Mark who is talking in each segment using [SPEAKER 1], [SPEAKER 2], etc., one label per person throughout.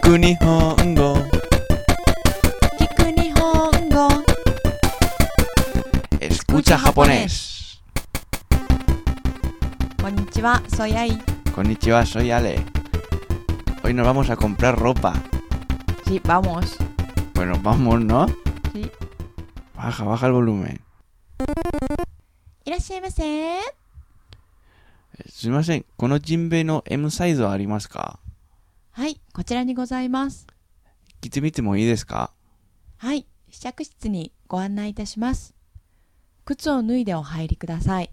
[SPEAKER 1] く日本語
[SPEAKER 2] 聞く日本語
[SPEAKER 1] Escucha japonés
[SPEAKER 2] こんにちは、ソヤイ
[SPEAKER 1] Konnichiwa, soy Ale Hoy nos vamos a comprar ropa
[SPEAKER 2] Sí, vamos
[SPEAKER 1] Bueno, vamos, ¿no?
[SPEAKER 2] Sí.
[SPEAKER 1] Baja, baja el volumen
[SPEAKER 2] いらっしゃいませ
[SPEAKER 1] すみません、このジンベエの M サイズはありますか
[SPEAKER 2] はい、こちらにございます
[SPEAKER 1] 着てみてもいいですか
[SPEAKER 2] はい、試着室にご案内いたします靴を脱いでお入りください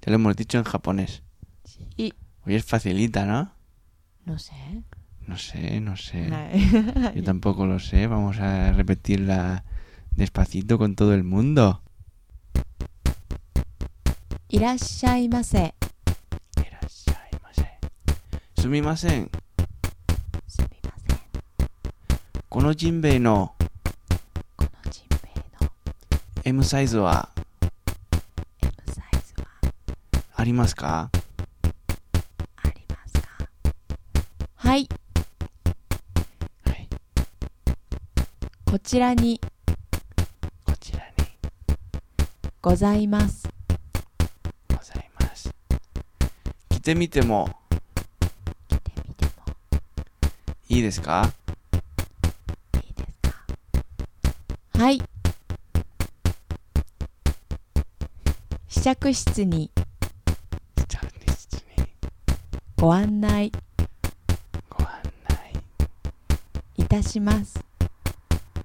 [SPEAKER 1] Te lo hemos dicho en japonés.
[SPEAKER 2] Sí.
[SPEAKER 1] Hoy es facilita, ¿no?
[SPEAKER 2] No sé
[SPEAKER 1] No sé, no sé.
[SPEAKER 2] は
[SPEAKER 1] Yo tampoco lo sé. Vamos a repetirla despacito con todo el mundo.
[SPEAKER 2] いいらっしゃいませ
[SPEAKER 1] Irashaimase. Sumimasen.
[SPEAKER 2] すみません、
[SPEAKER 1] Kono jinbei no
[SPEAKER 2] このジンベエの
[SPEAKER 1] M サイズは
[SPEAKER 2] M サイズは
[SPEAKER 1] ありますか
[SPEAKER 2] ありますかはい、
[SPEAKER 1] はい。
[SPEAKER 2] こちらに
[SPEAKER 1] こちらに
[SPEAKER 2] ございます
[SPEAKER 1] ございます。着てみても
[SPEAKER 2] 着てみても
[SPEAKER 1] いいですか
[SPEAKER 2] いいですかはい試着室に
[SPEAKER 1] 試着室に
[SPEAKER 2] ご案内
[SPEAKER 1] ご案内
[SPEAKER 2] いたします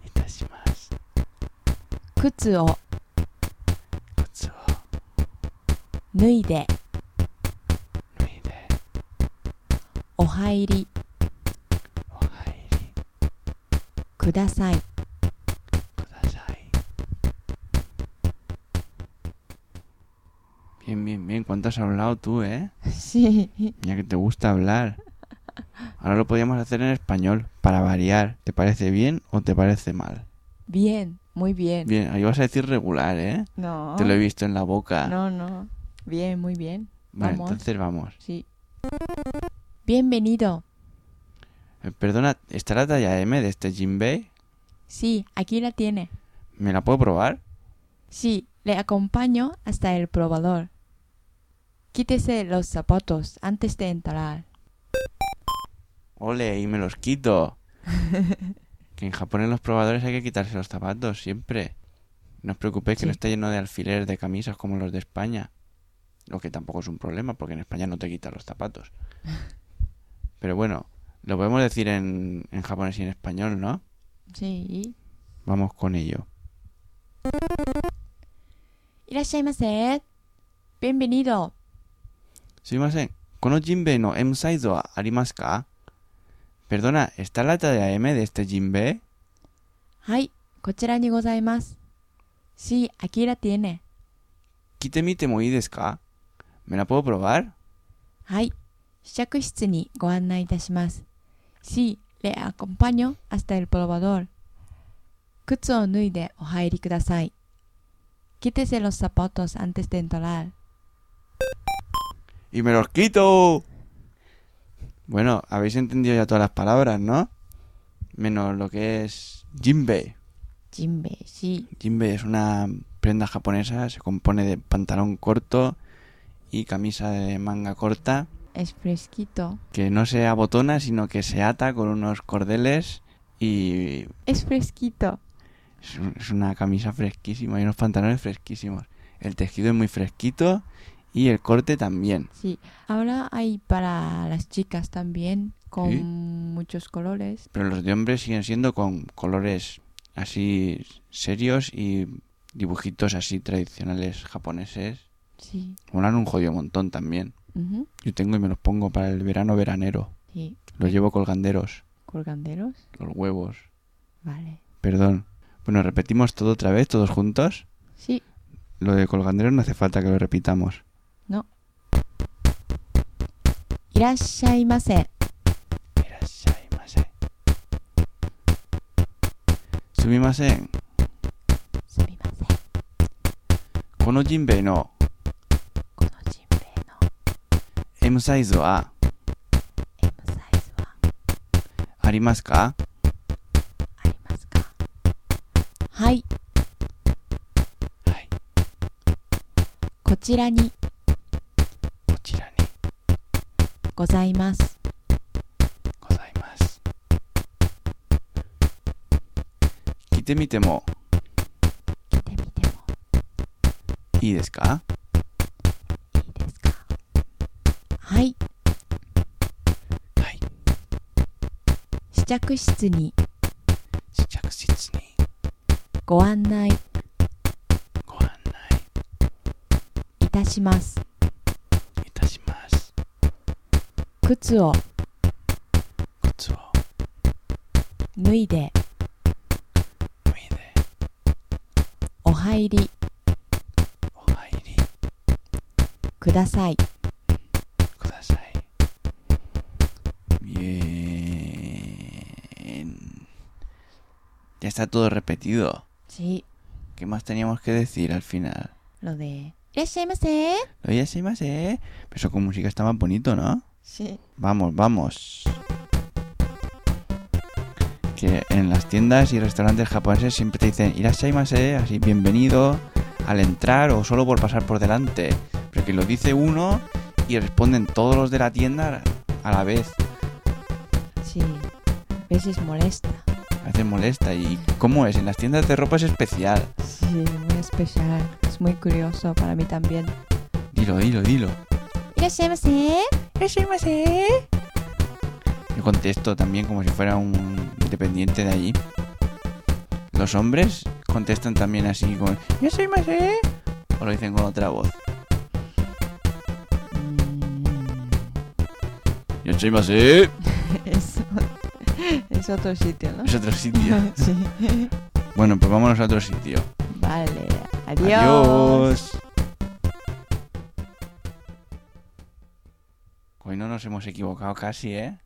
[SPEAKER 1] いたします。
[SPEAKER 2] 靴を
[SPEAKER 1] 靴を
[SPEAKER 2] 脱いで
[SPEAKER 1] 脱いで
[SPEAKER 2] お入り
[SPEAKER 1] お入り
[SPEAKER 2] ください
[SPEAKER 1] ください。Bien, bien, bien. ¿Cuánto has hablado tú, eh? Ya que te gusta hablar. Ahora lo podíamos hacer en español, para variar. ¿Te parece bien o te parece mal?
[SPEAKER 2] bien, muy bien
[SPEAKER 1] Bien, ahí vas a decir regular, ¿eh?
[SPEAKER 2] no,
[SPEAKER 1] Te lo he visto en la boca.
[SPEAKER 2] no, no bien, muy bien,
[SPEAKER 1] Bueno,
[SPEAKER 2] vamos.
[SPEAKER 1] entonces vamos.
[SPEAKER 2] sí bienvenido
[SPEAKER 1] Eh, Perdona, ¿está la talla M de este Jinbei?
[SPEAKER 2] sí, aquí la tiene
[SPEAKER 1] ¿Me la puedo probar?
[SPEAKER 2] Sí, le acompaño hasta el probador. Quítese los zapatos antes de entrar.
[SPEAKER 1] Ole, y me los quito. que en Japón en los probadores hay que quitarse los zapatos siempre. No os preocupéis que
[SPEAKER 2] Sí.
[SPEAKER 1] no está lleno de alfileres de camisas como los de España. Lo que tampoco es un problema porque en España no te quitan los zapatos. Pero bueno, lo podemos decir en, en japonés y en español, ¿no?
[SPEAKER 2] Sí.
[SPEAKER 1] Vamos con ello.
[SPEAKER 2] いらっしゃいませ。Bienvenido.
[SPEAKER 1] Sumimasen, ¿kono jinbei no M size wa arimasu ka? Perdona, ¿está la talla M de este jinbei?
[SPEAKER 2] はい、こちらにございます。Sí, aquí la tiene.
[SPEAKER 1] Kitemite mo desu ka? ¿Me la puedo probar?
[SPEAKER 2] はい、試着室にご案内いたします。Sí, le acompaño hasta el probador. 靴を脱いでお入りください。Quítese los zapatos antes de entrar.
[SPEAKER 1] ¡Y me los quito! Bueno, habéis entendido ya todas las palabras, ¿no? Menos lo que es jinbei.
[SPEAKER 2] ジンベイ、sí.
[SPEAKER 1] Jinbei es una prenda japonesa, se compone de pantalón corto y camisa de manga corta,
[SPEAKER 2] Es fresquito.
[SPEAKER 1] que no se abotona, sino que se ata con unos cordeles y
[SPEAKER 2] Es fresquito.
[SPEAKER 1] es, un- es una camisa fresquísima y unos pantalones fresquísimos. El tejido es muy fresquito y el corte también.
[SPEAKER 2] Sí. Ahora hay para las chicas también con
[SPEAKER 1] Sí.
[SPEAKER 2] muchos colores.
[SPEAKER 1] Pero los de hombres siguen siendo con colores así serios y dibujitos así tradicionales japoneses.
[SPEAKER 2] Sí.
[SPEAKER 1] Molan un jodido montón también.
[SPEAKER 2] Ujú.
[SPEAKER 1] Yo tengo y me los pongo para el verano veranero.
[SPEAKER 2] Sí.
[SPEAKER 1] Los llevo colganderos,
[SPEAKER 2] Colganderos.
[SPEAKER 1] los huevos.
[SPEAKER 2] Vale.
[SPEAKER 1] Perdón. Bueno, repetimos todo otra vez, todos juntos.
[SPEAKER 2] Sí.
[SPEAKER 1] Lo de colganderos no hace falta que lo repitamos.
[SPEAKER 2] いらっしゃいませ。
[SPEAKER 1] Irashaimase. Sumimasen.
[SPEAKER 2] すみません。
[SPEAKER 1] Kono jinbei no
[SPEAKER 2] このジンベエの
[SPEAKER 1] M size wa
[SPEAKER 2] M サイズは
[SPEAKER 1] ります
[SPEAKER 2] あ
[SPEAKER 1] か
[SPEAKER 2] りますかはい、
[SPEAKER 1] はい。
[SPEAKER 2] こちらに
[SPEAKER 1] こちらに
[SPEAKER 2] ございます。
[SPEAKER 1] ございます。着てみても
[SPEAKER 2] 来てみても
[SPEAKER 1] いいですか
[SPEAKER 2] いいですかはい、
[SPEAKER 1] はい。
[SPEAKER 2] 試着室に
[SPEAKER 1] 試着室に
[SPEAKER 2] ご案内
[SPEAKER 1] ご案内
[SPEAKER 2] いたします。
[SPEAKER 1] いたします。
[SPEAKER 2] 靴を
[SPEAKER 1] 靴を
[SPEAKER 2] 脱いで
[SPEAKER 1] 脱いで
[SPEAKER 2] お入り
[SPEAKER 1] お入り
[SPEAKER 2] ください。
[SPEAKER 1] ください。Bien. Ya está todo repetido.
[SPEAKER 2] Sí,
[SPEAKER 1] ¿Qué más teníamos que decir al final?
[SPEAKER 2] lo de... いらっしゃいませ。
[SPEAKER 1] Lo ya se más, ¿eh? Pero eso con música está más bonito, ¿no?
[SPEAKER 2] Sí.
[SPEAKER 1] Vamos, vamos. Que en las tiendas y restaurantes japoneses siempre te dicen irashaimase, así bienvenido al entrar o solo por pasar por delante. Pero que lo dice uno y responden todos los de la tienda a la vez.
[SPEAKER 2] Sí, a veces molesta.
[SPEAKER 1] A veces molesta. ¿Y cómo es? En las tiendas de ropa es especial.
[SPEAKER 2] Sí, muy especial. Es muy curioso para mí también.
[SPEAKER 1] Dilo, dilo, dilo.
[SPEAKER 2] いらっしゃいませ。いらっしゃいませ。
[SPEAKER 1] Yo contesto también como si fuera un dependiente de allí. Los hombres contestan también así con Yo soy más,
[SPEAKER 2] E?"
[SPEAKER 1] ¿eh? O lo dicen con otra voz.
[SPEAKER 2] Mm.
[SPEAKER 1] Yo soy más, ¿eh?
[SPEAKER 2] Es, es otro sitio, ¿no?
[SPEAKER 1] Es otro sitio.
[SPEAKER 2] Sí.
[SPEAKER 1] bueno, pues vámonos a otro sitio.
[SPEAKER 2] Vale.
[SPEAKER 1] Adiós. Hoy no nos hemos equivocado casi, ¿eh?